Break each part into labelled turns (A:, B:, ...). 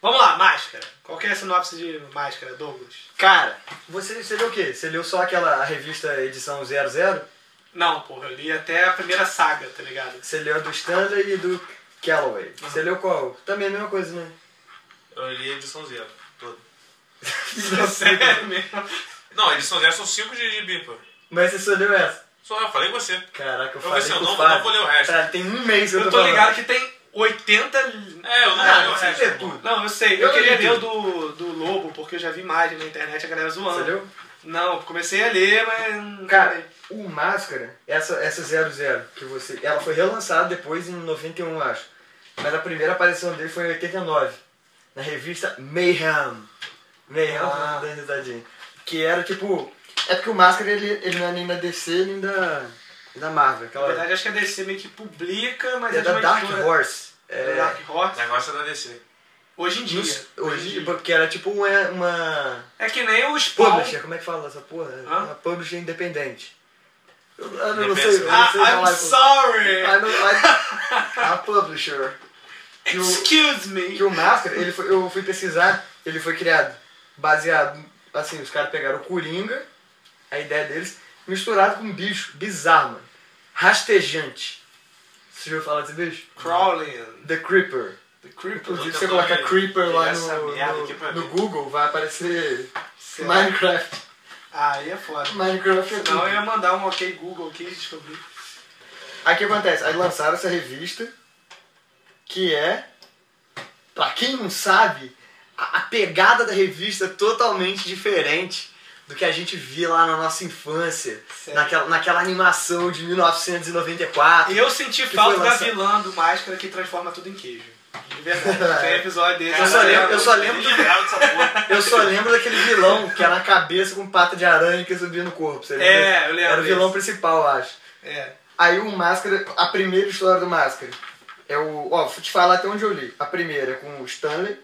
A: Vamos lá, máscara. Qual que é a sinopse de máscara, Douglas?
B: Cara, você, você leu o quê? Você leu só aquela a revista edição 00?
A: Não, porra, eu li até a primeira saga, tá ligado?
B: Você leu a do Stanley e do Calloway. Você leu qual? Também a mesma coisa, né?
C: Eu li a edição zero. toda.
A: Sério É mesmo?
C: Não, a edição zero são cinco de gibi, pô.
B: Mas você só leu essa.
C: Só eu falei com você.
B: Caraca, eu
C: Eu
B: falei
C: vou-
B: com
C: eu
B: o
C: não-
B: Fábio.
C: não vou ler o resto.
B: Cara, tem um mês que eu
A: Eu
B: tô,
A: tô
B: falando.
A: ligado que tem 80. li-
C: É, eu não tipo,
B: Ah,
C: li o
B: você
C: resto.
B: lê
C: pô.
B: tudo.
A: Não, eu sei. Eu,
B: Eu
A: queria
B: li
A: ler o do, do Lobo, porque eu já vi imagem na internet a galera zoando.
B: Você leu?
A: Não, comecei a ler, mas. não
B: Cara,
A: acabei.
B: o Máscara, essa, essa 00 que você. Ela foi relançada depois em 91, acho. Mas a primeira aparição dele foi em 89. Na revista Mayhem. Mayhem
A: Ah.
B: da risadinha. Que era tipo. É porque o Máscara ele, ele não é nem da DC nem da, da Marvel.
A: Na
B: Aquela,
A: verdade, acho que a DC meio que publica, mas
B: é
A: é de
B: da
A: uma
B: Dark
A: editora-
B: Horse.
A: da
B: É,
A: Dark
C: O
A: Horse.
C: negócio é da DC.
A: Hoje em dia.
B: nos- hoje, porque era tipo uma, uma
A: É que nem o Spawn.
B: publisher, como é que fala essa porra?
A: Hã?
B: Uma publisher independente. Eu, eu não
C: Independent.
B: sei, eu não
A: Ah,
B: sei falar. Ah,
A: I'm sorry!
B: I know, I- a publisher. Que o,
A: Excuse
B: que
A: me!
B: o Máscara, ele foi, eu fui pesquisar, ele foi criado baseado. Assim, os caras pegaram o Coringa, a ideia deles, misturado com um bicho bizarro, mano. Rastejante. Você já ouviu falar desse bicho?
A: Crawling.
B: The Creeper.
A: The Creeper.
B: Inclusive,
C: Nunca
B: você
C: tô
B: colocar
C: vendo.
B: Creeper lá
C: Essa merda aqui pra
B: no, no, no
C: mim.
B: Google, vai aparecer
A: Será?
B: Minecraft.
A: Ah, aí é foda.
B: Minecraft é
A: Senão eu
B: tudo.
A: ia mandar um ok Google aqui e descobrir.
B: Aí o que acontece? Aí lançaram essa revista, que é, pra quem não sabe, a, a pegada da revista é totalmente diferente do que a gente via lá na nossa infância,
A: Sério?
B: naquela, naquela animação de 1994.
A: Eu senti
B: Ah, Que
A: falta
B: foi
A: da
B: lançado.
A: vilã do Máscara que transforma tudo em queijo. De verdade. Tem episódio desse.
B: É. Eu só lembro- eu só
C: Eles
B: lembro do-
C: livraram dessa porra.
B: Eu só lembro daquele vilão que era a cabeça com pata de aranha que subia no corpo. Você lembra?
A: É, eu lembro
B: Era o vilão
A: desse.
B: principal, eu acho.
A: É.
B: Aí o Máscara, a primeira história do Máscara é o. Ó, vou te falar até onde eu li. A primeira é com o Stanley,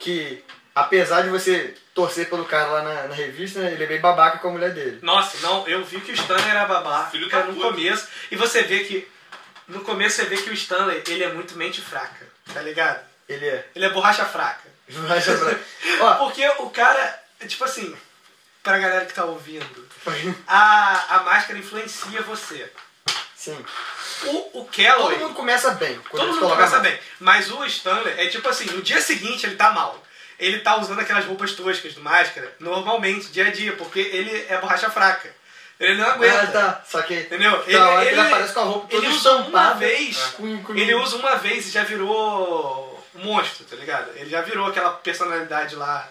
B: que apesar de você torcer pelo cara lá na, na revista, né, ele é bem babaca com a mulher dele.
A: Nossa, não, eu vi que o Stanley era babaca
C: Filho da
A: no
C: puta.
A: começo. E você vê que. No começo você vê que o Stanley, ele é muito mente fraca, tá ligado?
B: Ele é.
A: Ele é borracha fraca.
B: Vai jogar. Ó,
A: Porque o cara, tipo assim, pra galera que tá ouvindo, a, a máscara influencia você.
B: sim.
A: O, o
B: Todo
A: Calloway,
B: mundo começa bem. Quando
A: todo
B: eles
A: mundo
B: colocam
A: começa
B: a mão.
A: bem. Mas o Stanley é tipo assim, no dia seguinte ele tá mal. Ele tá usando aquelas roupas toscas do máscara, normalmente, dia a dia, porque ele é borracha fraca. Ele não aguenta.
B: Ah, tá. Só que.
A: Entendeu?
B: Ele, hora que ele, aparece com a roupa toda
A: ele usa uma
B: estampada, Ah.
A: vez.
B: com- com- um-
A: Ele usa uma vez e já virou um monstro, tá ligado? Ele já virou aquela personalidade lá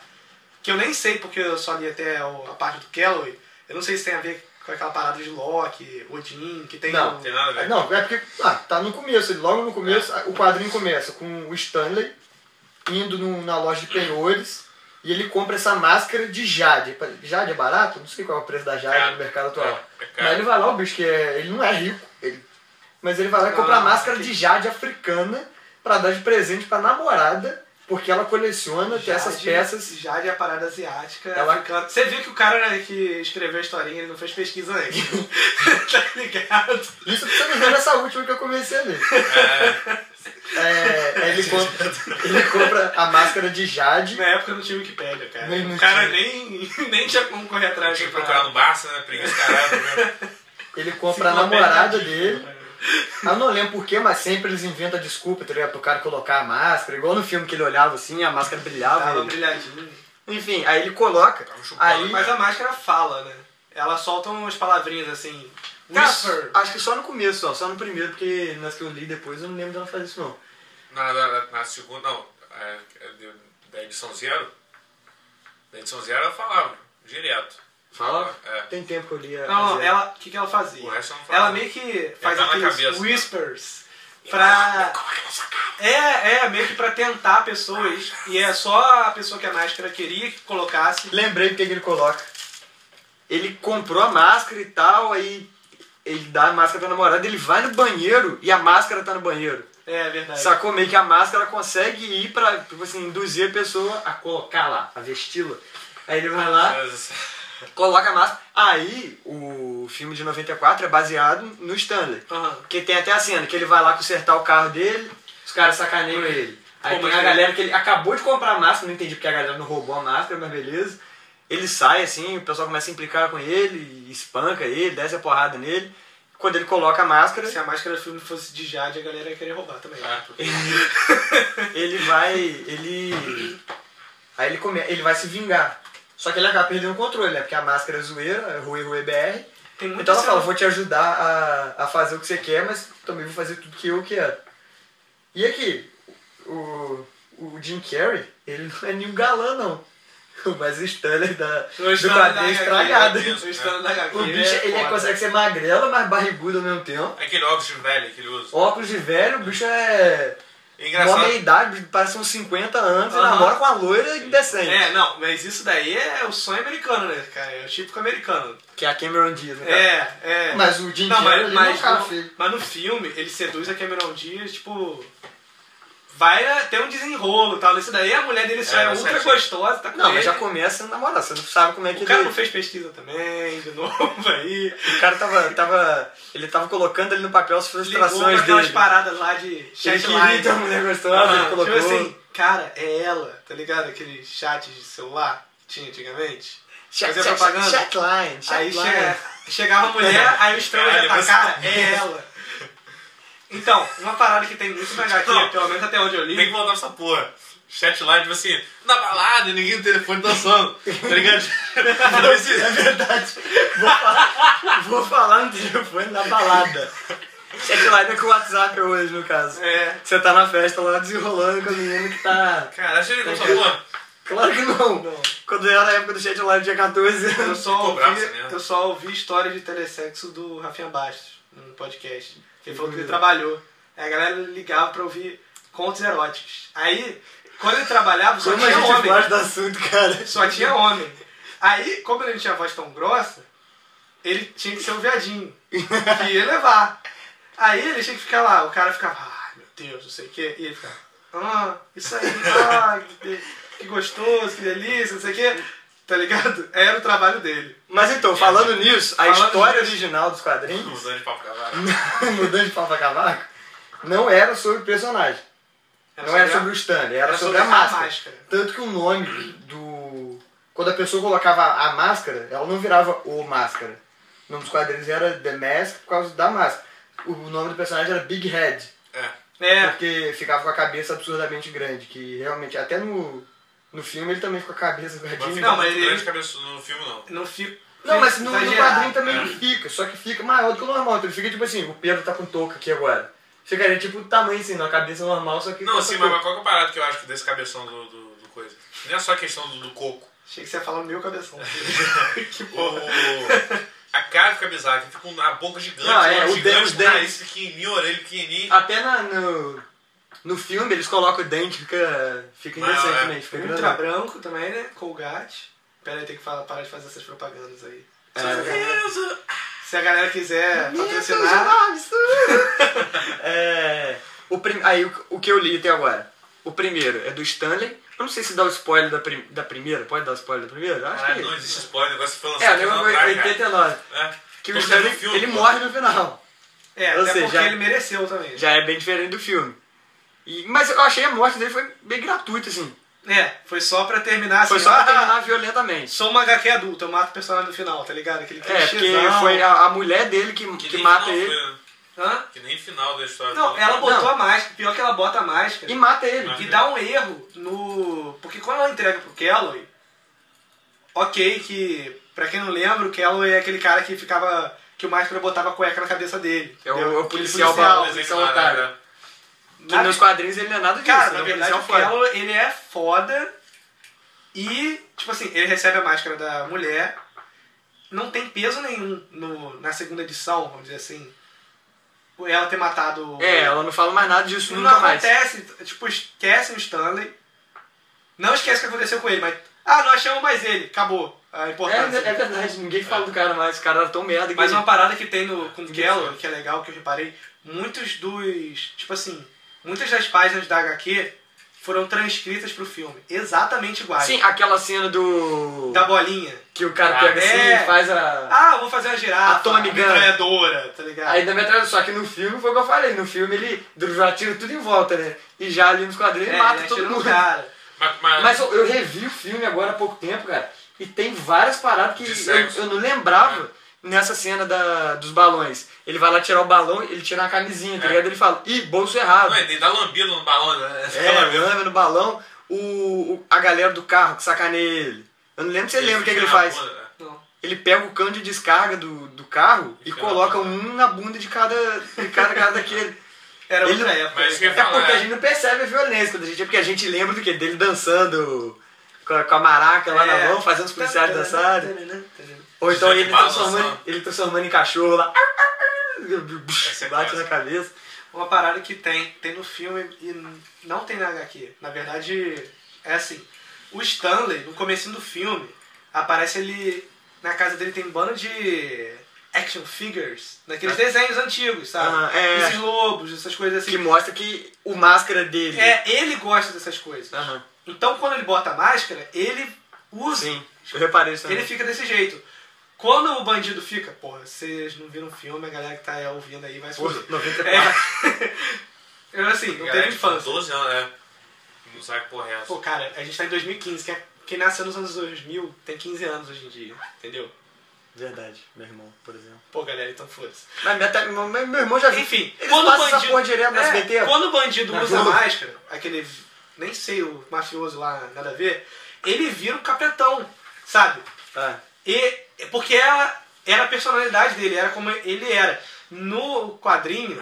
A: que eu nem sei porque eu só li até o- a parte do Calloway. Eu não sei se tem a ver com aquela parada de Loki, Odin, que tem.
B: Não,
A: o-
C: Tem nada a ver.
B: Não, é porque ah, tá no começo, ele- logo no começo, o quadrinho começa com o Stanley indo no- na loja de penhores e ele compra essa máscara de Jade. Jade é barato? Não sei qual é o preço da Jade
C: Caro.
B: no mercado atual.
C: É, é caro.
B: mas ele vai lá, o bicho que é, ele não é rico, ele- mas ele vai lá e
A: Ah,
B: compra a máscara
A: ok.
B: de Jade africana pra dar de presente pra namorada, porque ela coleciona tem essas
A: Jade-
B: peças.
A: Jade é a parada asiática.
C: É
B: Ela-
A: africana. Você viu que o cara né, que escreveu a historinha ele não fez pesquisa ainda. tá ligado?
B: Isso pra você me ver essa última que eu comecei a ler. É, ele, compra, ele compra a máscara de Jade.
A: Na época eu não tinha Wikipédia, cara.
B: Nem não
A: o cara
B: tinha.
A: nem, nem tinha como correr atrás
C: Tinha que
A: da
C: procurar no Barça, né? Preguiça caralho. né?
B: Ele compra a namorada dele. Eu não lembro porquê, mas sempre eles inventam desculpa, tá ligado? Pro cara colocar a máscara, igual no filme que ele olhava assim, a máscara brilhava.
A: Tava
B: ele-
A: brilhadinho.
B: Enfim, aí ele coloca.
C: Tava chupando,
B: Aí.
A: Mas a máscara fala, né? Ela solta umas palavrinhas assim.
B: Cara,
A: Whisper.
B: acho que Tá, só no começo, só, só no primeiro, porque nas que eu li depois eu não lembro dela fazer isso não.
C: Na, na, na- na segunda, não. é, é de- da edição zero. Da edição zero ela falava, direto.
B: Fala?
C: É.
B: Tem tempo que eu li a.
A: Não,
B: a
A: não,
B: zero.
A: ela. O que, que ela fazia?
C: O resto eu não falo.
A: Ela meio que faz
C: tá na
A: aqueles
C: cabeça.
A: whispers pra. É, é, meio que pra tentar pessoas. E é só a pessoa que a máscara queria que colocasse.
B: Lembrei porque ele coloca. Ele comprou a máscara e tal, aí ele dá a máscara pra namorada, ele vai no banheiro e a máscara tá no banheiro.
A: É, é verdade.
B: Sacou meio que a máscara consegue ir pra, tipo assim, induzir a pessoa a colocar lá, a vesti-la. Aí ele vai lá,
C: Mas- É.
B: coloca a máscara. Aí o filme de 94 é baseado no Stanley.
A: Aham.
B: Porque tem até a cena que ele vai lá consertar o carro dele, os caras sacaneiam ele. Aí
C: Pô,
B: tem
C: mas
B: a
C: é-
B: galera que ele acabou de comprar a máscara, não entendi porque a galera não roubou a máscara, mas beleza. Ele sai assim, o pessoal começa a implicar com ele, espanca ele, desce a porrada nele. Quando ele coloca a máscara,
A: Se a máscara do filme fosse de Jade, a galera ia querer roubar também.
C: Ah, porque-
B: ele vai. Ele. Aí ele, come, ele vai se vingar. Só que ele acaba perdendo o controle, né? Porque a máscara é zoeira, é Rui Rui BR.
A: Tem muita
B: Então ela
A: cena-
B: fala, vou te ajudar a, a fazer o que você quer, mas também vou fazer tudo que eu quero. E aqui, o, o Jim Carrey, ele não é nenhum galã, não. O mais Stanley da,
A: O
B: do
A: Stanley da
B: quadrinho é
A: HQ,
B: estragado.
C: meu Deus.
A: né? É. O é Stanley da HQ,
B: O bicho, ele
A: foda.
B: consegue ser magrelo, mas barrigudo ao mesmo tempo.
C: Aquele óculos de velho que ele usa.
B: Óculos de velho, o bicho é... Uma
C: Engraçado.
B: meia-idade, parece uns 50 anos, e
A: Aham.
B: namora com a loira indecente.
A: É, não, mas isso daí é o sonho americano, né, cara? É o típico americano.
B: Que é a Cameron Diaz, né? cara?
A: É, é.
B: Mas o Jim
A: Não,
B: Carrey,
A: mas,
B: ele não é um
A: mas,
B: cara
A: no,
B: feio.
A: mas no filme, ele seduz a Cameron Diaz, tipo. Vai a- ter um desenrolo e tal. Isso daí a mulher dele só
C: É,
A: é,
C: tá
A: ultra
C: certinho.
A: gostosa, tá com
B: Não,
A: ele.
B: mas já começa a namorar, você não sabe como é que
A: O cara
B: ele...
A: não fez pesquisa também, de novo aí.
B: O cara tava, tava. Ele tava colocando ali no papel as
A: Ligou
B: frustrações
A: pra aquelas
B: dele.
A: paradas lá de
B: Ele
A: chat
B: queria
A: line.
B: ter uma mulher gostosa,
A: Ah,
B: ele colocou.
A: Tipo assim, cara, é ela, tá ligado? Aquele chat de celular que tinha antigamente.
B: Chat-
A: fazer
B: chat-
A: propaganda.
B: Chatline,
A: Aí
B: chatline.
A: chega- chegava a mulher, aí o estranho olhava pra
C: Caralho,
A: cara,
C: você-
A: é ela. Então, uma parada que tem muito na HQ,
C: Não.
A: pelo menos até onde eu
C: Tem que
A: li,
C: voltar essa porra. Chatline, tipo assim, na balada, ninguém no telefone dançando. Tá ligado?
B: Pois é, é verdade. Vou falar, vou falar no telefone na balada. Chatline é com o WhatsApp hoje, no caso.
A: é,
B: Você tá na festa lá desenrolando com a menina que tá.
C: Cara, achei ele com essa porra.
B: Claro que não.
A: Não.
B: Quando era a época do chatline, eu tinha 14
A: eu
B: anos.
A: só,
C: Ficou bravo
A: ouvi,
C: essa merda.
A: eu só ouvi história de telesexo do Rafinha Bastos, num podcast. que Ele falou
B: Uhum.
A: que ele trabalhou. Aí a galera ligava pra ouvir contos eróticos. Aí, quando ele trabalhava, só
B: Como a
A: tinha
B: gente
A: homem.
B: gosta do assunto, cara.
A: Só tinha homem. Aí, como ele não tinha voz tão grossa, ele tinha que ser um viadinho. Que ia levar. Aí ele tinha que ficar lá, o cara ficava, ai meu Deus, não sei o quê. E ele ficava, ah, isso aí, ah, que, que gostoso, que delícia, não sei o quê. Tá ligado? Era o trabalho dele.
B: Mas então, falando nisso, a
A: Falando
B: história
A: nisso.
B: original dos quadrinhos.
C: Usando de papo cavalo.
B: mudando de Papa Cavaco, não era sobre o personagem. não era sobre o Stanley, era,
A: era
B: sobre, a
A: sobre a
B: máscara.
A: máscara.
B: Tanto que o nome do. Quando a pessoa colocava a máscara, ela não virava o máscara. O nome dos quadrinhos era The Mask por causa da máscara. O nome do personagem era Big Head,
C: É.
A: É,
B: porque ficava com a cabeça absurdamente grande, que realmente, até no, no filme ele também ficou com a cabeça
C: Mas
B: grandinha.
C: fica
A: Não,
B: Não,
A: mas
C: muito
A: ele-
C: grande cabeça no filme, não.
A: não fico.
B: mas no, no
A: exagerado. é.
B: quadrinho também não fica, só que fica maior do que o normal. Então ele fica tipo assim, o Pedro tá com touca aqui agora. Ficaria tipo o tamanho assim, na cabeça normal, só que. com
C: Não,
B: essa
C: sim,
B: touca.
C: mas qual que é a parada que eu acho que desse cabeção do, do, do coisa? Não é só a questão do, do coco.
A: Achei que você ia falar no meu cabeção. que
C: O,
A: porra.
C: a cara fica bizarra, que fica com a boca gigante,
B: Não, é,
C: olho
B: o
C: gigante,
B: dente,
C: com
B: dente.
C: nariz pequenininho, orelha pequenininha.
B: Até na- no, no filme eles colocam o dente, fica, fica
C: Não,
B: indecente
C: é.
B: mesmo. Fica
A: Ultra
B: grandão.
A: branco também, né? Colgate. Pera aí, tem que falar, parar de fazer essas propagandas aí.
B: É.
A: Se a galera-
C: Beleza.
A: Se a galera quiser
B: Meu Deus,
A: patrocinar,
B: é um absurdo. É, o prim, aí o, o que eu li até agora. O primeiro é do Stanley. Eu não sei se dá o spoiler da, prim- da primeira. Pode dar o spoiler da primeira? Acho
C: Caralho,
B: que
C: não existe spoiler, o negócio foi
B: é. É, o
C: lançado aqui
B: negócio
C: na
B: foi
C: praia, cara.
B: 89.
C: É.
B: Que o
C: Como
B: Stanley
C: no filme,
B: ele
C: pô.
B: morre no final.
A: é,
B: Ou
A: até
B: seja,
A: porque
B: já-
A: ele mereceu também.
B: Já é bem diferente do filme. E- mas eu achei a morte dele foi bem gratuita, assim.
A: É, foi só pra terminar assim.
B: Foi só pra
A: ah,
B: terminar violentamente.
A: Sou uma HQ adulta, eu mato o personagem no final, tá ligado? Aquele
B: É, porque
A: clichêzão.
B: foi a, a mulher dele que,
C: Que,
B: que
C: nem
B: mata
C: final
B: ele.
C: foi, né?
A: Hã?
C: Que nem final da história.
A: Não,
C: do-
A: ela botou
B: Não.
A: a máscara, pior que ela bota a máscara.
B: E mata ele.
C: Mas-
A: E dá um erro no. Porque quando ela entrega pro Calloway, ok, que. Pra quem não lembra, o Calloway é aquele cara que ficava. que o máscara botava a cueca na cabeça dele.
B: É o-
A: entendeu?
B: é o
A: Aquele
B: policial
C: Não,
B: Não,
C: desenho
B: isso é
C: lá,
B: otário.
C: né?
B: Que nos quadrinhos ele não é nada disso.
A: Cara, na
B: ele é um
A: verdade,
B: policial
A: o
B: foda.
A: Calloway, ele é foda. E, tipo assim, ele recebe a máscara da mulher. Não tem peso nenhum no, na segunda edição, vamos dizer assim. Ela ter matado.
B: É, ela não fala mais nada disso
A: Isso não
B: nunca mais.
A: acontece. Tipo, esquecem o Stanley. Não esquece o que aconteceu com ele, mas. Ah, não achamos mais ele. Acabou a importância.
B: É, é verdade, ninguém fala do cara mais. O cara era tão merda que.
A: Mas uma parada que tem no, com o
C: Entendi.
A: Gallo, que é legal, que eu reparei, muitos dos. Tipo assim, muitas das páginas da HQ foram transcritas pro filme. Exatamente iguais.
B: Sim, aquela cena do.
A: Da bolinha.
B: Que o cara
C: Ah,
B: pega assim
A: é.
B: e faz a.
A: Ah, eu vou fazer uma girafa.
B: Atomic
A: uma
B: Gun.
A: metralhadora, tá ligado?
B: Aí da metralha, só que no filme foi o que eu falei, no filme ele já atira tudo em volta, né? E já ali nos quadrinhos ele
A: É,
B: mata
A: ele
B: todo
A: atira no
B: mundo.
A: Cara.
C: Mas, mas-
B: Mas eu, eu revi o filme agora há pouco tempo, cara, e tem várias paradas que
C: De
B: eu,
C: sexo.
B: eu não lembrava nessa cena da, dos balões. Ele vai lá tirar o balão, ele tira uma camisinha, tá
C: É.
B: ligado? Ele fala, ih, bolso errado.
C: não, ele dá lambida no balão, né?
B: É, lama no balão, o, o- a galera do carro que sacaneia ele. Eu não lembro se você lembra o que, que ele
C: é
B: faz.
C: né?
A: Não.
B: Ele pega o cano de descarga do, do carro e
C: Fica na
B: coloca
C: bunda.
B: um na bunda de cada, de cada cara daquele.
A: Era
B: Ele-
A: outra época.
C: mas
A: né,
C: que-
B: É
A: cara?
B: porque a gente não percebe a violência quando a gente. É porque a gente lembra do quê? Dele dançando com a, com a maraca lá na
A: É.
B: mão, fazendo os policiais dançarem. Ou então
C: Gente
B: ele
C: balançando.
B: transformando, ele transformando em cachorro lá.
C: Essa é
B: Bate na
C: clássica.
B: cabeça.
A: Uma parada que tem, tem no filme e não tem na HQ. Na verdade, é assim. O Stanley, no comecinho do filme, aparece ele. Na casa dele tem um bando de action figures, daqueles desenhos antigos, sabe?
B: Ah, é.
A: Esses lobos, essas coisas assim.
B: Que mostra que o máscara dele.
A: É, ele gosta dessas coisas.
B: Aham.
A: Então quando ele bota a máscara, ele usa.
B: Sim, eu reparei isso também.
A: Ele fica desse jeito. Quando o bandido fica, porra, vocês não viram o filme, a galera que tá aí ouvindo aí vai se
B: Pô,
A: fuder.
B: 94.
A: É. Eu assim, não teve
B: tipo,
A: infância.
C: 12 tipo, anos, é. Não sabe que porra é essa.
A: Pô, cara, a gente tá em 2015, quem, quem nasceu nos anos 2000 tem 15 anos hoje em dia, entendeu?
B: Verdade, meu irmão, por exemplo.
A: Pô, galera, então foda-se.
B: Mas minha te- meu, meu irmão já viu.
A: Enfim,
B: eles
A: quando o
B: passam essa
A: bandido-
B: porra direto no
A: É,
B: SBT. ó.
A: Quando o bandido
B: Na
A: usa
B: Globo.
A: máscara, aquele. Nem sei, o mafioso lá, nada a ver, ele vira um capetão, sabe?
B: Ah,
A: E porque era, era a personalidade dele, era como ele era. No quadrinho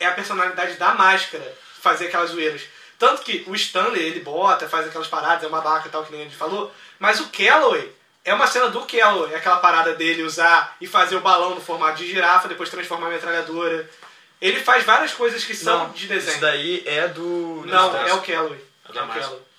A: é a personalidade da máscara fazer aquelas zoeiras. Tanto que o Stanley, ele bota, faz aquelas paradas, é uma babaca e tal, que nem a gente falou. Mas o Calloway é uma cena do Calloway, é aquela parada dele usar e fazer o balão no formato de girafa, depois transformar a metralhadora. Ele faz várias coisas que são
B: não,
A: de
B: Isso
A: desenho.
B: daí é do.
A: Não,
B: do
A: é o Calloway.
C: É da
A: o
C: máscara.
A: Calloway.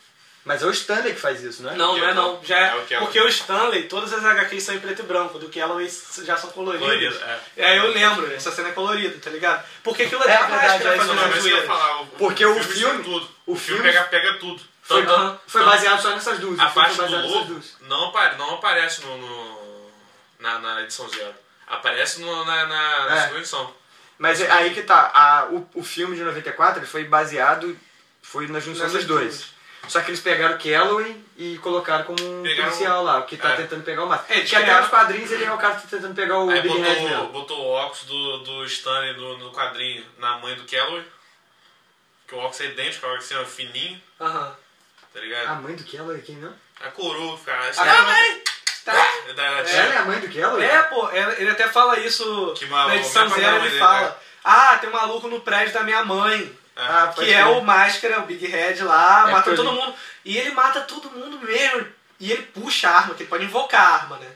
B: Mas é o Stanley que faz isso, não é?
A: Não, não é não. Já é,
C: É o Calloway.
A: porque o Stanley, todas as HQs são em preto e branco, do Calloway já são coloridas.
C: Colorido, é.
A: É, eu lembro, essa cena é colorida, tá ligado? Porque aquilo ali
B: É
A: é a
B: verdade,
A: máscara
B: é isso
A: fazendo
C: Não, não,
A: as
C: mas isso que eu ia
A: zoeiras.
C: falar.
B: Porque o
C: isso
B: filme-
C: é tudo.
B: o
C: O filme
B: filme-
C: pega, pega tudo.
B: Foi,
C: Tanto-
A: Aham.
B: foi
C: tanto-
B: baseado só nessas duas.
C: A
B: o filme
C: parte
B: foi
C: do
B: baseado nessas
C: lobo
B: duas.
C: não, apa- não aparece no, no- na, na edição zero. Aparece no- na, na- na
B: É.
C: segunda edição.
B: Mas é aí que tá. a- o, o filme de 94 ele foi baseado. Foi na junção
A: Nessas
B: dos dois. Só que eles pegaram o Calloway e colocaram como um
C: Pegaram-
B: policial lá, o que tá
C: é.
B: tentando pegar o Márcio.
A: É,
B: É,
A: eles
B: que até
A: pegaram-
B: os quadrinhos ele é o cara que tá tentando pegar o
C: Aí
B: Big Red
C: botou,
B: mesmo.
C: botou o óculos do, do Stanley no, no quadrinho na mãe do Calloway. Que o óculos é idêntico, o óculos é fininho,
A: Aham.
C: tá
B: A
C: ligado?
B: mãe do Calloway, quem não?
C: A coroa, cara.
A: A
C: Ah,
A: coroa-
C: mãe!
A: Tá.
C: É da- da
B: Ela é
C: tia.
B: a mãe do Calloway?
A: É, pô, é, ele até fala isso
C: Que mal-
A: na edição
C: mesmo
A: zero,
C: nome
A: ele
C: dele,
A: fala.
C: né?
A: Ah, tem um maluco no prédio da minha mãe.
B: Ah,
A: Que
B: pode
A: é
B: crer.
A: o máscara, o Big Head lá,
B: É,
A: matou
B: porque
A: todo
B: ele-
A: mundo. E ele mata todo mundo mesmo. E ele puxa a arma, que ele pode invocar a arma, né?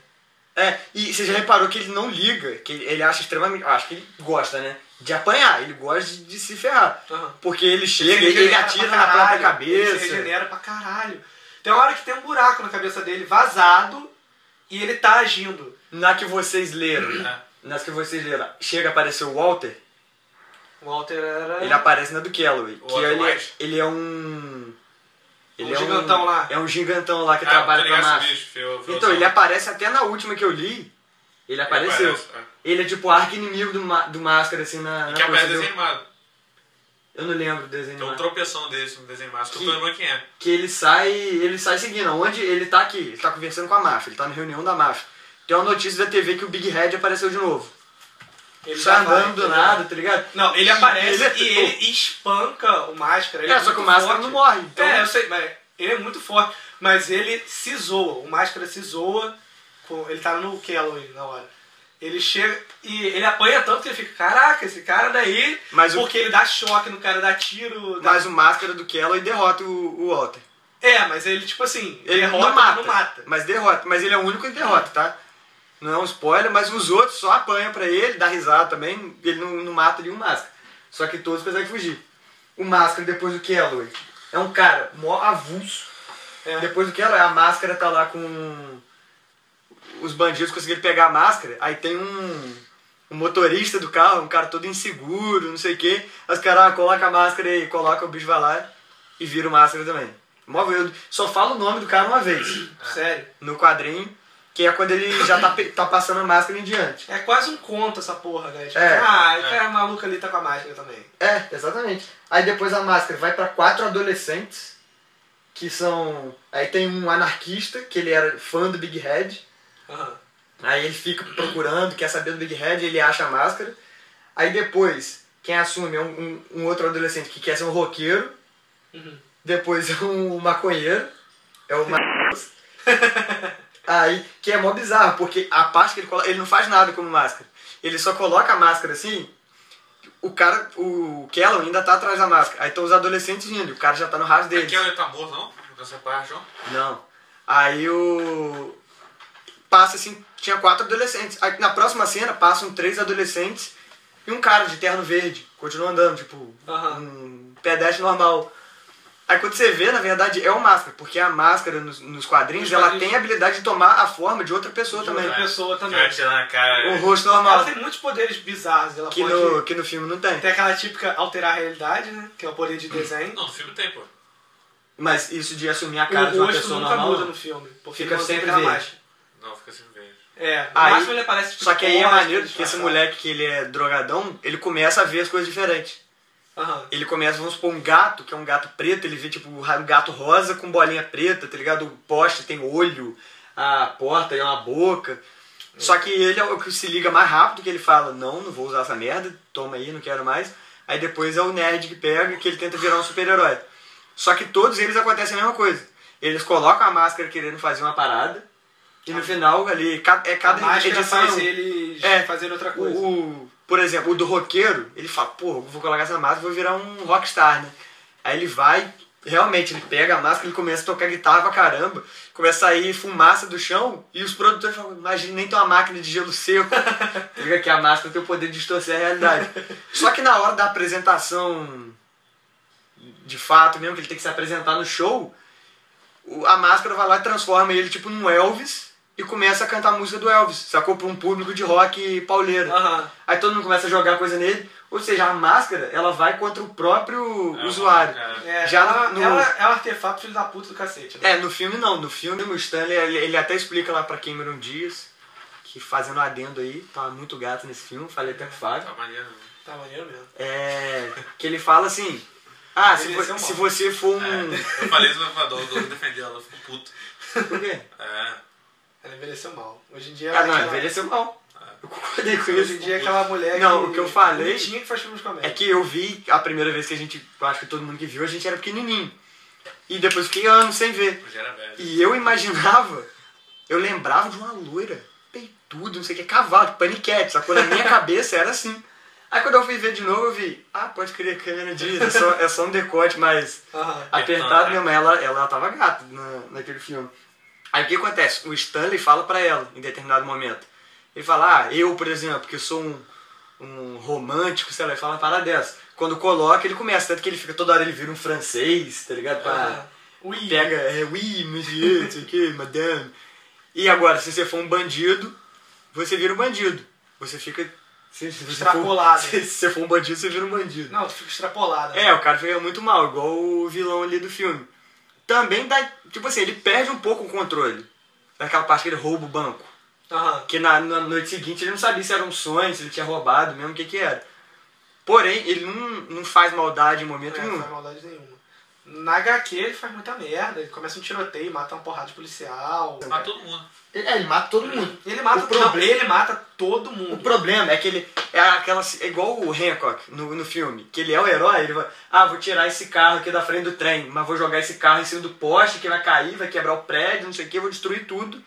B: É, e você já reparou que ele não liga, que ele acha extremamente. eu Acho que ele gosta, né? De apanhar, ele gosta de, de se ferrar.
A: Aham.
B: Porque ele chega, ele,
A: regenera
B: atira
A: pra
B: na
A: caralho,
B: própria
A: Ele se
B: cabeça.
A: regenera pra caralho. Tem uma hora que tem um buraco na cabeça dele, vazado, e ele tá agindo.
B: Na que vocês leram,
A: É.
B: nas que vocês leram, chega a aparecer o Walter,
A: O Walter era.
B: ele aparece na do Calloway. Que
C: Walter
B: ele,
C: White?
B: ele é um. Ele
A: Um gigantão lá.
B: É um gigantão lá que
C: Ah,
B: trabalha
C: tá
B: pra
C: ligado esse
B: máfia.
C: bicho, fio- fiozão.
B: Então, ele aparece até na última que eu li. Ele apareceu. Ele,
C: aparece, é.
B: é tipo o arco-inimigo do, ma- do Máscara, assim, na.
C: E
B: na
C: que aparece
B: coisa. Eu-
C: desenho animado.
B: Eu não lembro do desenho.
A: Então
C: Tem um
B: animado.
C: tropeção desse no desenho animado, que eu
B: Que-
C: tô lembrando quem é.
B: que ele sai ele sai seguindo. Onde ele tá aqui, ele tá conversando com a máfia, ele tá na reunião da máfia. Tem uma notícia da TV que o Big Red apareceu de novo. Ele
A: já
B: tá
A: vai,
B: andando do
A: entendeu?
B: nada, tá ligado?
A: Não, ele
B: E
A: aparece
B: ele- tipo,
A: e ele espanca o máscara. Ele
B: É, só que
A: muito
B: o máscara
A: forte.
B: não morre. Então,
A: É, eu sei, mas ele é muito forte. Mas ele se zoa, o máscara se zoa. com- Ele tá no Calloway na hora. Ele chega e ele apanha tanto que ele fica, caraca, esse cara daí.
B: Mas o-
A: porque ele dá choque no cara, dá tiro. dá-
B: Mas o máscara do Kello derrota o, o Walter.
A: É, mas ele, tipo assim,
B: Ele
A: derrota,
B: não, mata,
A: mas não mata.
B: Mas derrota. Mas ele é o único que derrota, tá? Não é um spoiler, mas os outros só apanham pra ele, dá risada também, ele não, não mata nenhum máscara. Só que todos conseguem fugir. O máscara depois do Kello é um cara mó avulso.
A: É.
B: Depois do que ela, a máscara tá lá com. Os bandidos conseguiram pegar a máscara, aí tem um, um motorista do carro, um cara todo inseguro, não sei o quê. Aí Os caras ah, colocam a máscara e coloca o bicho vai lá e vira o máscara também. Mó- Eu só falo o nome do cara uma vez
A: Sério.
B: no quadrinho, que é quando ele já tá, pe- tá passando a máscara em diante.
A: É quase um conto essa porra, né? Tipo,
B: É.
A: ah, o
C: É.
A: cara maluco ali tá com a máscara também.
B: É, exatamente. Aí depois a máscara vai pra quatro adolescentes, que são. Aí tem um anarquista, que ele era fã do Big Head.
A: Aham.
B: Aí ele fica procurando, quer saber do Big Head, ele acha a máscara. Aí depois, quem assume é um, um- um outro adolescente que quer ser um roqueiro.
A: Uhum.
B: Depois é um maconheiro. É o Matheus. Aí, que é mó bizarro, porque a parte que ele coloca, ele não faz nada como máscara. Ele só coloca a máscara assim, o cara, o Kellon ainda tá atrás da máscara. Aí estão os adolescentes rindo, o cara já tá no rastro deles.
C: Aqui ele tá morto, não? Nessa parte, não?
B: Não. Aí o. Passa assim, tinha quatro adolescentes. Aí, na próxima cena passam três adolescentes e um cara de terno verde. Continua andando, tipo,
A: Aham.
B: um pedestre normal. Aí quando você vê, na verdade, é o máscara, porque a máscara nos, nos quadrinhos,
A: Nos
B: ela
A: quadrinhos.
B: tem a habilidade de tomar a forma de outra pessoa
A: De
B: também.
A: outra É. pessoa também.
C: Cara, tirar na cara.
B: Tá O rosto
A: Ela
B: é. normal.
A: tem muitos poderes bizarros. Ela
B: Que
A: pode
B: no, que no filme não tem.
A: Tem aquela típica alterar a realidade, né? Que é o poder de desenho.
C: Não, no filme tem, pô.
B: Mas isso de assumir a
A: O
B: cara de uma
A: rosto
B: pessoa
A: nunca
B: normal.
A: muda no filme. Porque
B: Fica
A: ele mantém
B: sempre
A: aquela
B: verde.
A: máscara.
C: Não, fica assim verde.
A: É, no
B: Aí-
A: máximo ele aparece tipo,
B: Só que aí é
A: costas,
B: maneiro, porque esse
A: disfarçado.
B: moleque que ele é drogadão, ele começa a ver as coisas diferentes.
A: Aham.
B: Ele começa, vamos supor, um gato, que é um gato preto, ele vê tipo um gato rosa com bolinha preta, tá ligado? O poste tem olho, a porta é uma boca. Só que ele é o que se liga mais rápido, que ele fala, não, não vou usar essa merda, toma aí, não quero mais. Aí depois é o nerd que pega, que ele tenta virar um super-herói. Só que todos eles acontecem a mesma coisa. Eles colocam a máscara querendo fazer uma parada, e no final ali, ca- é
A: Ah. A
B: cada
A: máscara
B: edição...
A: faz eles
B: É.
A: fazendo outra
B: O,
A: coisa.
B: o- por exemplo, o do roqueiro, ele fala, pô, eu vou colocar essa máscara, vou virar um rockstar, né? Aí ele vai, realmente, ele pega a máscara, ele começa a tocar guitarra pra caramba, começa a sair fumaça do chão, e os produtores falam, imagina, nem tem uma máquina de gelo seco. Liga que a máscara tem o poder de distorcer a realidade. Só que na hora da apresentação, de fato mesmo, que ele tem que se apresentar no show, o- a máscara vai lá e transforma ele, tipo, num Elvis, e começa a cantar a música do Elvis, sacou? Pra um público de rock pauleiro.
A: Aham.
B: Aí todo mundo começa a jogar coisa nele, ou seja, a máscara ela vai contra o próprio
C: É,
B: usuário.
C: é.
A: É,
B: Já
A: ela,
B: no-
A: ela é um artefato filho da puta do cacete. né?
B: É, no filme não, no filme o Stanley ele, ele até explica lá pra Cameron Dias, que fazendo um adendo aí, tá muito gato nesse filme, falei até com o Fábio,
C: Tá maneiro. né?
A: Tá maneiro mesmo.
B: é, que ele fala assim: ah, se, vo-
A: Envelheceu mal.
B: se você for um.
C: É, eu falei isso no elevador, o Douglas defendeu ela, ficou puto.
B: Por quê?
C: É,
A: Ela envelheceu mal. Hoje em dia
B: Ah,
A: ela é
B: não,
A: aquela-
B: envelheceu mal. Eu concordei com
A: Hoje em
B: isso.
A: dia é aquela mulher
B: Não, o que eu falei-
A: Tinha que faz filmes de comédia.
B: É que eu vi a primeira vez que a gente, eu acho que todo mundo que viu, a gente era pequenininho. E depois fiquei anos sem ver.
C: já era velho.
B: E eu imaginava, eu lembrava de uma loira, peituda, não sei o que, cavalo, tipo paniquete, sacou? Na minha cabeça era assim. Aí quando eu fui ver de novo, eu vi, ah, pode crer, câmera diz, é só, é só um decote mais
A: Aham.
B: apertado mesmo. Ela, ela tava gata na, naquele filme. Aí o que acontece? O Stanley fala pra ela em determinado momento. Ele fala, ah, eu, por exemplo, que sou um, um romântico, sei lá, ele fala uma parada dessa. Quando coloca, ele começa, tanto que ele fica toda hora, ele vira um francês, tá ligado? Pra-
A: Aham. Ui.
B: pega, é, oui, monsieur, não sei o que, madame. E agora, se você for um bandido, você vira um bandido. Você fica. Se, se você
A: Extrapolado.
B: For, se, você for um bandido, você vira um bandido.
A: Não, tu fica extrapolada.
B: É, o cara fica muito mal, igual o vilão ali do filme. Também dá. Tipo assim, ele perde um pouco o controle. Naquela parte que ele rouba o banco.
A: Aham.
B: Que na, na noite seguinte ele não sabia se era um sonho, se ele tinha roubado mesmo, o que que era. Porém, ele não, não faz maldade em um.
A: É,
B: momento
A: não
B: nenhum.
A: faz maldade nenhuma. Na HQ ele faz muita merda. Ele começa um tiroteio, mata uma porrada de policial.
C: Mas Tá todo mundo.
B: Ele- é, ele mata todo mundo.
A: Ele mata
B: O problema-
A: não, ele mata todo
B: O
A: mundo.
B: problema é que ele. É, aquela, é igual o Hancock no, no filme, que ele é o herói, ele vai. Ah, vou tirar esse carro aqui da frente do trem, mas vou jogar esse carro em cima do poste que vai cair, vai quebrar o prédio, não sei o que, vou destruir tudo,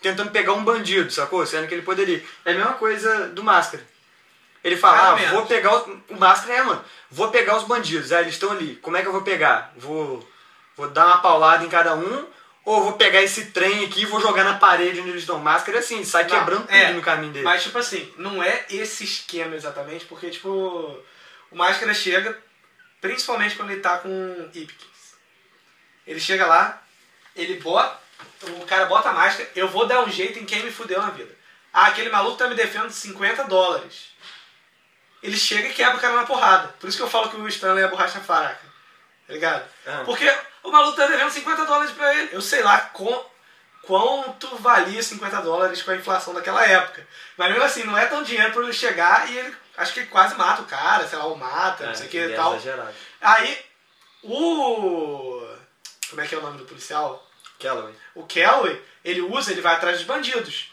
B: tentando pegar um bandido, sacou? Sendo que ele poderia. É a mesma coisa do máscara. Ele
A: Mais
B: fala,
A: ou
B: ah,
A: menos.
B: vou pegar. os- O máscara é, mano, vou pegar os bandidos, ah, eles estão ali, como é que eu vou pegar? Vou. Vou dar uma paulada em cada um. Ou vou pegar esse trem aqui e vou jogar na parede onde eles estão. Máscara é assim, sai
A: Não,
B: quebrando tudo
A: é,
B: no caminho dele.
A: Mas, tipo assim, não é esse esquema exatamente, porque, tipo, o Máscara chega, principalmente quando ele tá com Ipkins. Ele chega lá, ele bota, o cara bota a máscara, eu vou dar um jeito em quem me fudeu na vida. Ah, aquele maluco tá me devendo 50 dólares. Ele chega e quebra o cara na porrada. Por isso que eu falo que o Stanley é a borracha fraca. tá ligado?
B: Ah.
A: Porque o maluco tá devendo 50 dólares pra ele. Eu sei lá com, quanto valia 50 dólares com a inflação daquela época. Mas mesmo assim, não é tão dinheiro pra ele chegar e ele. Acho que ele quase mata o cara, sei lá, o mata, não sei o que e
B: é
A: tal.
B: Exagerado.
A: Aí, o. Como é que é o nome do policial?
B: Calloway.
A: O Kelly, ele usa, ele vai atrás dos bandidos.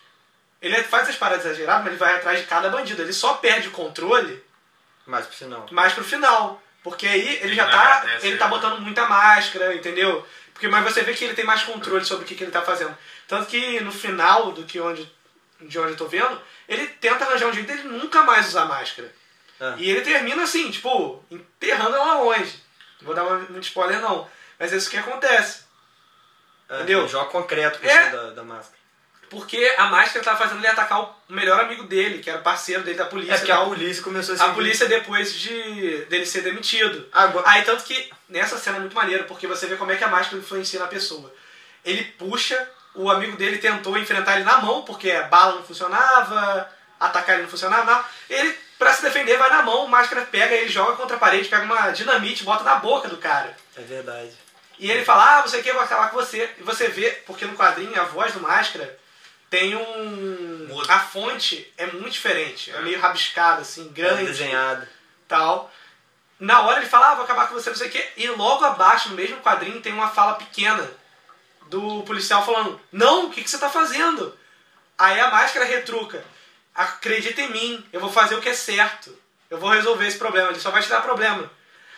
A: Ele faz as paradas exageradas, mas ele vai atrás de cada bandido. Ele só perde o controle
B: Mas por sinal.
A: mais pro final. Porque aí ele já
C: Não,
A: tá.
C: é, é,
A: Ele
C: sim.
A: tá botando muita máscara, entendeu? Porque, mas você vê que ele tem mais controle sobre o que, que ele tá fazendo. Tanto que no final do que onde, de onde eu tô vendo, ele tenta arranjar um jeito dele nunca mais usar máscara.
B: Ah.
A: E ele termina assim, tipo, enterrando ela longe. Não vou dar uma- muito spoiler não. Mas é isso que acontece.
B: É,
A: Entendeu?
B: Um jogo concreto por
A: É.
B: cima da, da máscara.
A: Porque a máscara tava fazendo ele atacar o melhor amigo dele, que era parceiro dele da polícia.
B: é
A: e
B: porque a
A: tal.
B: polícia começou a
A: A
B: seguir.
A: polícia depois de dele ser demitido.
B: Agora...
A: Aí tanto que nessa cena é muito maneiro, porque você vê como é que a máscara influencia na pessoa. Ele puxa, o amigo dele tentou enfrentar ele na mão, porque a bala não funcionava, atacar ele não funcionava, não. Ele, pra se defender, vai na mão, a máscara pega, ele joga contra a parede, pega uma dinamite, bota na boca do cara.
B: É verdade.
A: E ele fala, ah, você quer, eu vou acabar com você. E você vê, porque no quadrinho a voz do máscara tem um.
C: Muda.
A: A fonte é muito diferente. É meio rabiscada, assim,
B: Grande.
A: grande
B: é Desenhado.
A: tal. Na hora ele fala, ah, vou acabar com você, não sei o quê. E logo abaixo, no mesmo quadrinho, tem uma fala pequena do policial falando, não, o que, que você tá fazendo? Aí a máscara retruca, acredita em mim, eu vou fazer o que é certo. Eu vou resolver esse problema, ele só vai te dar problema.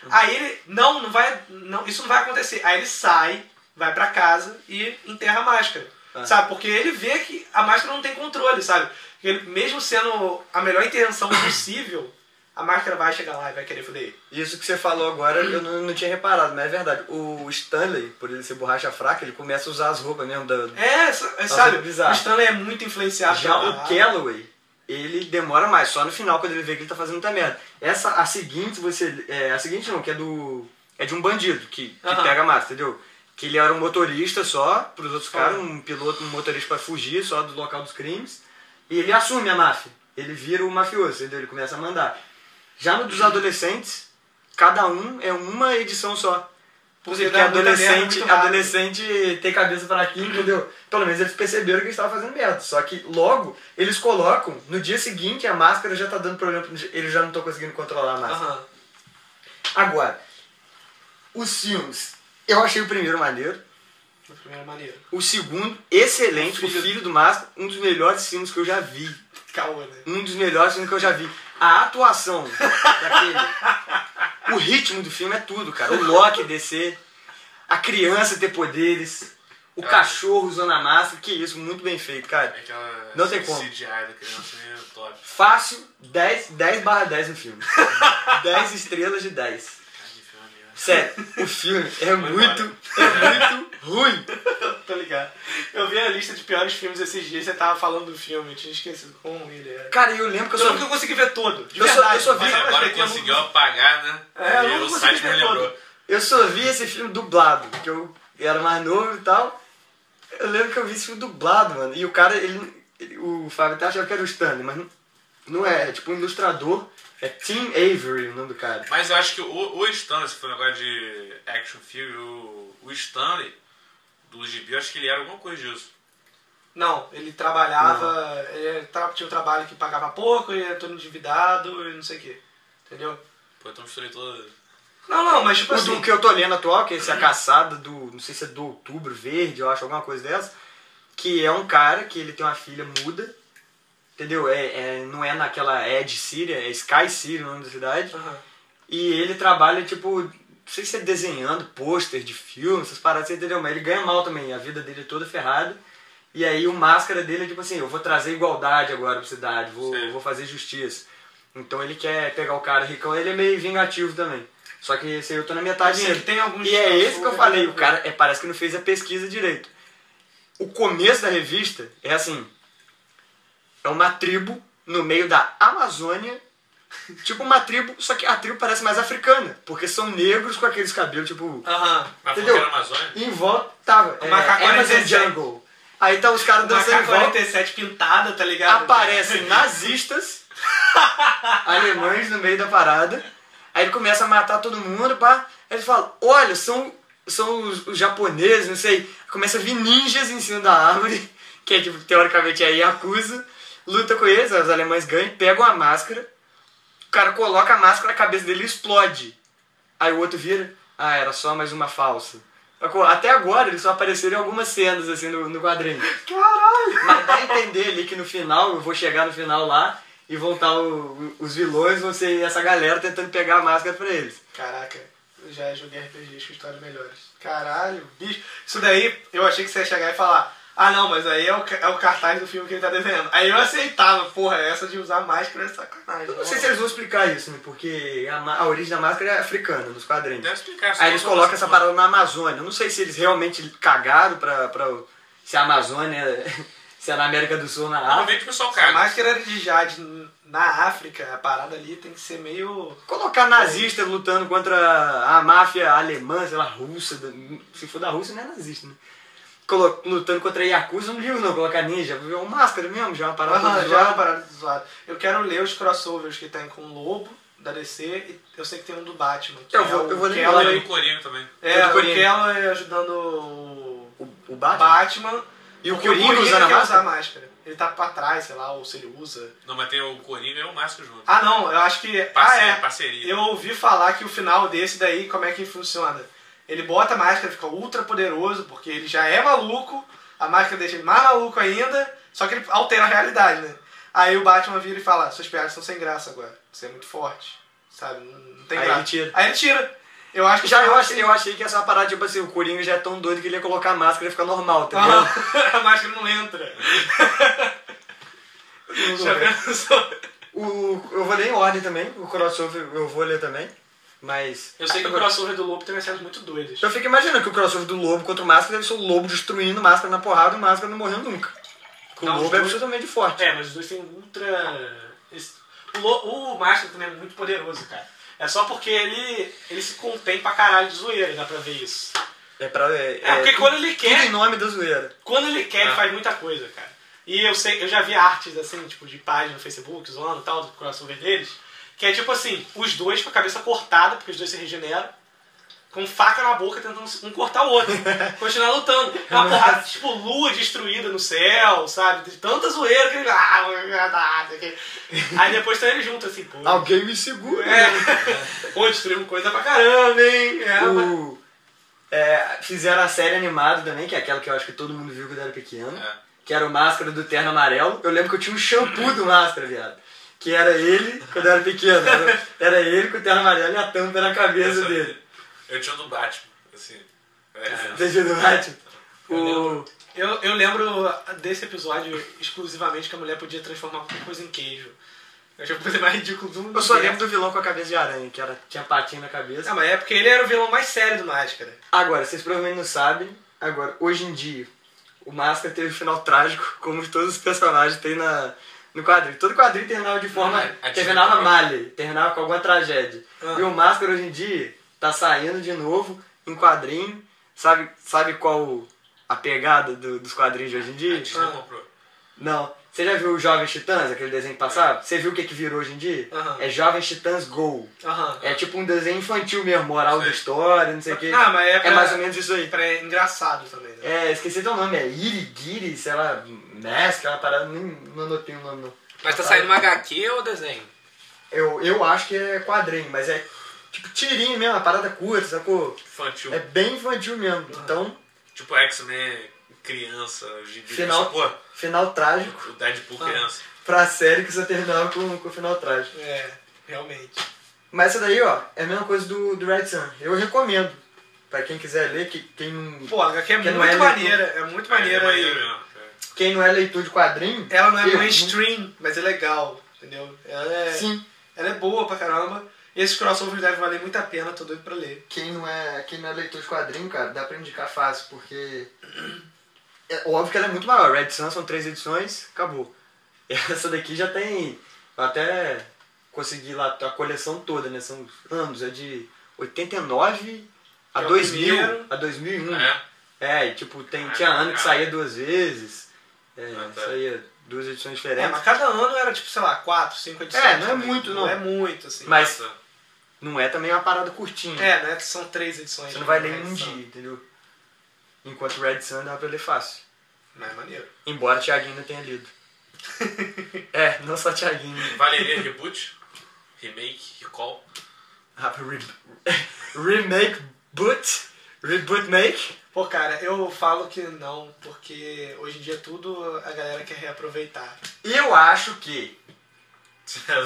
A: Aí ele, não, não vai, não, isso não vai acontecer. Aí ele sai, vai pra casa e enterra a máscara.
B: Ah.
A: Sabe? Porque ele vê que a máscara não tem controle, sabe? Ele, mesmo sendo a melhor intenção possível, a máscara vai chegar lá e vai querer foder ele.
B: Isso que você falou agora eu não, não tinha reparado, mas é verdade. O Stanley, por ele ser borracha fraca, ele começa a usar as roupas mesmo da,
A: É, sa- sabe?
B: sendo bizarro.
A: O Stanley é muito influenciado.
B: Já
A: pela
B: o
A: parada.
B: Calloway, ele demora mais, só no final quando ele vê que ele tá fazendo muita merda. Essa, a seguinte, você. É, a seguinte não, que é do. É de um bandido que, que
A: Aham.
B: pega a mata, entendeu? Que ele era um motorista só, pros outros
A: Ah.
B: caras, um piloto, um motorista pra fugir só do local dos crimes. E ele assume a máfia. Ele vira o mafioso, entendeu? Ele começa a mandar. Já no
A: Uhum.
B: dos adolescentes, cada um é uma edição só.
A: Porque
B: Porque,
A: dá muita merda
B: adolescente,
A: muito rápido.
B: adolescente tem cabeça para aqui, entendeu? Pelo menos eles perceberam que eles estavam fazendo merda. Só que logo eles colocam, no dia seguinte a máscara já tá dando problema, eles já não estão conseguindo controlar a máscara.
A: Aham.
B: Agora, os filmes. Eu achei o primeiro maneiro,
A: Da primeira maneira.
B: o segundo excelente,
A: O Filho-
B: o filho do Máscara, um dos melhores filmes que eu já vi.
A: Caô, né?
B: Um dos melhores filmes que eu já vi. A atuação daquele. O ritmo do filme é tudo, cara. O Loki descer, a criança ter poderes, o
C: Ah.
B: cachorro usando a máscara. Que isso, muito bem feito, cara.
C: Aquela
B: Não tem como.
C: CGI da criança meio top.
B: Fácil, 10, 10 barra 10 no filme. 10 estrelas de 10.
C: Cara, que filme merda.
B: Sério, o filme é muito, é muito ruim.
A: Tô ligado. Eu vi a lista de piores filmes esses dias, você tava falando do filme, eu tinha esquecido como ele era.
B: Cara, eu lembro que
A: Eu
B: eu
A: só
B: sou.
A: vi que eu consegui ver todo. De
B: Eu só-
A: verdade.
B: eu só vi- é
C: Mas
A: Mas
C: agora
A: eu não-
C: conseguiu apagar, né?
A: É, eu
C: E
A: não
C: o
A: consegui
C: site me
A: ver
C: lembrou.
A: todo.
B: Eu só vi esse filme dublado, porque eu era mais novo e tal. Eu lembro que eu vi esse filme dublado, mano. E o cara, ele. ele- o Fábio até achava que era o Stanley, mas não, não é. É tipo um ilustrador. É Tim Avery o nome do cara.
C: Mas tipo eu acho que o, o Stanley, se for um negócio de action film, o, o Stanley do GB, eu acho que ele era alguma coisa disso.
A: Não, ele trabalhava, ele tra- tinha um trabalho que pagava pouco, ele era todo endividado e não sei o quê. Entendeu?
C: Pô, então misturei toda.
A: Não, não, mas tipo
B: O do
A: assim.
B: que eu tô lendo atual, que é esse A Caçada do. Não sei se é do Outubro Verde, eu acho, alguma coisa dessa. Que é um cara que ele tem uma filha muda. Entendeu? É, é- não é naquela Ed Síria, é Sky Síria o nome da cidade.
A: Aham.
B: E ele trabalha, tipo, não sei se é desenhando pôster de filme, essas paradas, você entendeu? Mas ele ganha mal também, a vida dele é toda ferrada. E aí o máscara dele é tipo assim, eu vou trazer igualdade agora pra cidade, vou,
C: Sim.
B: vou fazer justiça. Então ele quer pegar o cara ricão, ele é meio vingativo também. Só que esse aí eu tô na
A: Eu
B: metade
A: sei que
B: dele.
A: tem alguns.
B: E é esse que eu falei, o cara é, parece que não fez a pesquisa direito. O começo da revista é assim: é uma tribo no meio da Amazônia, tipo uma tribo, só que a tribo parece mais africana, porque são negros com aqueles cabelos, tipo.
A: Aham.
C: Na
B: Entendeu?
C: fronteira Amazônia?
B: Em volta tava.
A: O
B: É,
A: macaco
B: Amazon
A: 47.
B: Jungle. Aí tá os caras dançando em volta.
A: AK-47 pintada, tá ligado?
B: Aparecem nazistas alemães no meio da parada. Aí ele começa a matar todo mundo, pá. Aí eles falam, olha, são, são os, os japoneses, não sei. Começa a vir ninjas em cima da árvore, que é tipo, teoricamente é a Yakuza. Luta com eles, os alemães ganham, pegam a máscara. O cara coloca a máscara, a cabeça dele explode. Aí o outro vira, ah, era só mais uma falsa. Sacou? Até agora eles só apareceram em algumas cenas assim no, no quadrinho.
A: Caralho!
B: Mas dá a entender ali que no final, eu vou chegar no final lá e vão estar o- os vilões, vão ser essa galera tentando pegar a máscara pra eles.
A: Caraca, eu já joguei RPGs com histórias melhores. Caralho, bicho. Isso daí eu achei que você ia chegar e falar. Ah não, mas aí é o, ca- é o cartaz do filme que ele tá desenhando. Aí eu aceitava, porra, essa de usar máscara é sacanagem.
B: Eu não sei se eles vão explicar isso, né? Porque a, ma- a origem da máscara é africana, nos quadrinhos.
C: Deve explicar.
B: Aí eles
C: só-
B: colocam essa parada na Amazônia. Eu não sei se eles realmente cagaram pra, pra se a Amazônia, se é na América do Sul ou na África.
C: Normalmente o pessoal
A: A
C: caga.
A: máscara de Jade na África, a parada ali tem que ser meio.
B: Colocar nazista lutando contra a máfia alemã, sei lá, russa. da- Se for da Rússia, não é nazista, né? Colo- Lutando contra a Yakuza, não viu não, colocar ninja. É uma máscara mesmo, já é uma parada
A: Aham, já é
B: toda
A: uma
B: zoada.
A: parada zoada. Eu quero ler os crossovers que tem com o Lobo da DC e eu sei que tem um do Batman. que
B: Eu
A: é
B: vou-
A: o
B: eu vou lembrar.
A: Keller-
C: E o Corinho também.
A: É,
B: O do
A: o
B: Coringa.
A: Keller ajudando o
B: O, o
A: Batman.
B: Batman? E o Coringa usando a
A: quer usar
B: máscara?
A: máscara. Ele tá pra trás, sei lá, ou se ele usa.
C: Não, mas tem o Corinho e o Márcio junto.
A: Ah, não, eu acho que.
C: Parceria,
A: ah, é.
C: parceria.
A: Eu ouvi falar que o final desse daí, como é que funciona? Ele bota a máscara, fica ultra poderoso, porque ele já é maluco, a máscara deixa ele mais maluco ainda, só que ele altera a realidade, né? Aí o Batman vira e fala, suas piadas são sem graça agora, você é muito forte, sabe? Não, não tem
B: Aí
A: graça.
B: ele tira.
A: Aí ele tira. Eu acho que
B: Já eu achei, eu achei que essa parada, tipo assim, o Coringa já é tão doido que ele ia colocar a máscara e ia ficar normal, tá ligado?
A: Ah, a máscara não entra. Já pensou?
B: O, eu vou ler em ordem também, o crossover eu vou ler também, mas...
A: Eu sei que o crossover do Lobo tem umas cenas muito doidas.
B: Eu fico imaginando que o crossover do Lobo contra o Máscara deve ser o Lobo destruindo o Máscara na porrada e o Máscara não morreu nunca. Porque
A: Não,
B: o
A: os
B: Lobo é
A: dois-
B: absolutamente forte.
A: É, mas os dois têm ultra. esse- O, Lo... o Máscara também é muito poderoso, cara. É só porque ele, ele se contém pra caralho de zoeira, dá pra ver isso.
B: É, pra, é,
A: É, porque
B: tu-
A: quando ele
B: tudo
A: quer-
B: em nome da zoeira.
A: Quando ele quer, ele
C: Ah.
A: faz muita coisa, cara. E eu sei, eu já vi artes assim, tipo, de página no Facebook, zoando e tal, do crossover deles, que é tipo assim, os dois com a cabeça cortada, porque os dois se regeneram, com faca na boca, tentando um cortar o outro. continuar lutando. É uma porrada, tipo, lua destruída no céu, sabe? De tanta zoeira que ele. Ah, ah, ah, que- Aí depois tá ele junto, assim, pô.
B: Alguém me segura.
A: É. Pô, destruímos coisa pra caramba, hein? É, mas-
B: O- é, fizeram a série animada também, que é aquela que eu acho que todo mundo viu quando era pequeno.
C: É.
B: Que era o Máscara do Terno Amarelo. Eu lembro que eu tinha um shampoo do Máscara, viado. Que era ele quando eu era pequeno. Era, era ele com o terno amarelo e a tampa na cabeça dele.
C: Eu tinha o do Batman, assim. É,
B: Entendi do Batman.
C: Eu
B: O...
A: Eu, eu lembro desse episódio exclusivamente que a mulher podia transformar qualquer coisa em queijo. Eu achei a coisa mais ridícula do mundo.
B: Eu só lembro do vilão com a cabeça de aranha, que era, tinha patinha na cabeça.
A: Não, mas é porque ele era o vilão mais sério do Máscara.
B: Agora, vocês provavelmente não sabem, agora, hoje em dia, o Máscara teve um final trágico, como todos os personagens têm na, no quadrinho. Todo quadrinho terminava de forma.
C: Ah, ativa-
B: terminava malha, terminava com alguma tragédia.
A: é Ah.
B: E o Máscara hoje em dia tá saindo de novo em quadrinho. Sabe, sabe qual a pegada do- dos quadrinhos de hoje em
C: A
B: dia?
C: Disney
A: Ah.
C: comprou.
B: Não. Você já viu o Jovens Titãs, aquele desenho que passava? Você viu o que, que virou hoje em dia?
A: Aham.
B: É Jovens Titãs Go.
A: Aham.
B: É tipo um desenho infantil mesmo, moral da história, não sei o quê.
A: Ah, mas é pra-
B: é mais ou menos isso aí.
A: Pra é engraçado também, né?
B: É, esqueci teu nome, é Irigiri, sei lá, Mask, uma parada, nem, não anotei o nome não.
D: Mas tá saindo uma HQ ou desenho?
B: Eu, eu acho que é quadrinho, mas é tipo tirinho mesmo, uma parada curta, sacou?
C: Infantil.
B: É bem infantil mesmo,
A: Uhum.
B: então,
C: Tipo X-Men, criança, gibi.
B: Final- Ah.
C: essa porra.
B: final trágico
C: o Deadpool criança.
B: pra série que só terminava com, com final trágico.
A: É, realmente.
B: Mas essa daí, ó, é a mesma coisa do, do Red Sun, eu recomendo. Pra quem quiser ler, que, quem, não-
A: Pô, a HQ é
B: Porque não
A: muito
B: é
A: maneira. É muito maneira.
C: é,
A: e-
C: maneiro mesmo, é.
B: quem não é leitor de quadrinho...
A: Ela não é
B: eu-
A: mainstream, mas é legal, entendeu? Ela é,
B: Sim,
A: ela é boa pra caramba. E esses crossovers devem valer muito a pena, tô doido pra ler.
B: quem não é, quem não é leitor de quadrinho, cara, dá pra indicar fácil, porque. É óbvio que ela é muito maior. Red Sun são três edições, acabou. Essa daqui já tem. Eu até consegui lá a coleção toda, né? São anos, é de 89 a
A: Que é o
B: 2000,
A: primeiro.
B: a 2001.
C: Ah, é?
B: É, e tipo, tem,
C: Ah,
B: tinha ano que
C: cara.
B: saía duas vezes, é,
C: Ah, tá.
B: saía duas edições
A: É,
B: diferentes.
A: mas cada ano era tipo, sei lá, 4, 5 edições.
B: É, não é
A: também.
B: muito, não.
A: é muito, assim.
B: Mas-
C: Nossa.
B: Não é também uma parada curtinha.
A: É, né? São três edições.
B: Você
A: de
B: não vai
A: uma
B: ler em um
A: edição.
B: dia, entendeu? Enquanto Red Sun dá pra ler fácil.
A: Mas é maneiro.
B: Embora o Thiaguinho ainda tenha lido. é, não só Thiaguinho.
C: Valeria Reboot, Remake, Recall.
B: Ah, re- remake, boot, reboot make.
A: Pô, cara, eu falo que não, porque hoje em dia tudo a galera quer reaproveitar.
B: E eu acho que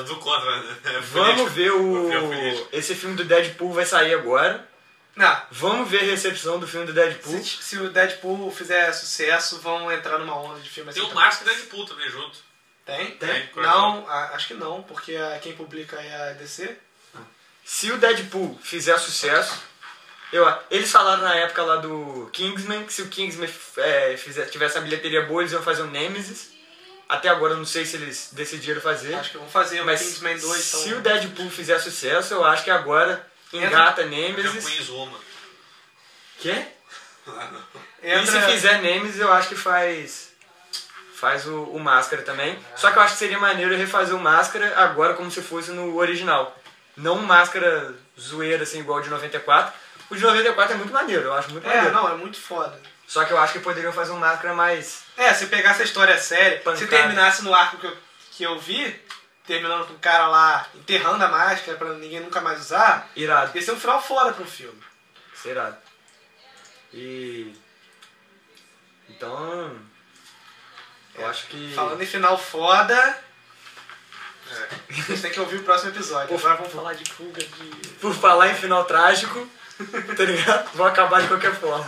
C: Do contra, né?
B: Vamos ver o.
C: Vou ver o
B: Esse filme do Deadpool vai sair agora.
A: Não,
B: Vamos ver a recepção do filme do Deadpool.
A: se, se o Deadpool fizer sucesso, vão entrar numa onda de filmes
C: Tem um o
A: assim também.
C: Máscara e Deadpool também junto.
A: Tem?
B: Tem?
A: Não, a- acho que não, porque a- quem publica é a DC.
B: Se o Deadpool fizer sucesso. Eu, eles falaram na época lá do Kingsman que se o Kingsman é, fizer, tivesse a bilheteria boa, eles iam fazer o Nemesis. Até agora eu não sei se eles decidiram fazer.
A: Acho que vão fazer, mas
B: mas
A: Kingsman 2
B: se
A: então,
B: o Deadpool fizer sucesso, eu acho que agora
A: Entra-
B: engata
C: Tem o
B: Nemesis.
C: Queen's Woman.
B: Quê? E se
A: entra...
B: fizer Nemesis, eu acho que faz. Faz o, o Máscara também. Só que eu acho que seria maneiro refazer o Máscara agora como se fosse no original. Não um Máscara zoeira, assim, igual o de 94. O de 94 é muito maneiro, eu acho muito
A: É,
B: maneiro.
A: não, é muito foda.
B: Só que eu acho que poderiam fazer um Máscara mais...
A: É, se pegasse a história séria, se
B: Pancada.
A: terminasse no arco que eu, que eu vi, terminando com o cara lá enterrando a máscara pra ninguém nunca mais usar,
B: Irado.
A: ia ser um final foda pro filme.
B: Isso é irado. E... Então...
A: É,
B: Eu acho que...
A: Falando em final foda, a gente tem que ouvir o próximo episódio.
B: Por-
A: Agora vamos falar de fuga de.
B: Por falar em final trágico, tá ligado? Vou acabar de qualquer forma.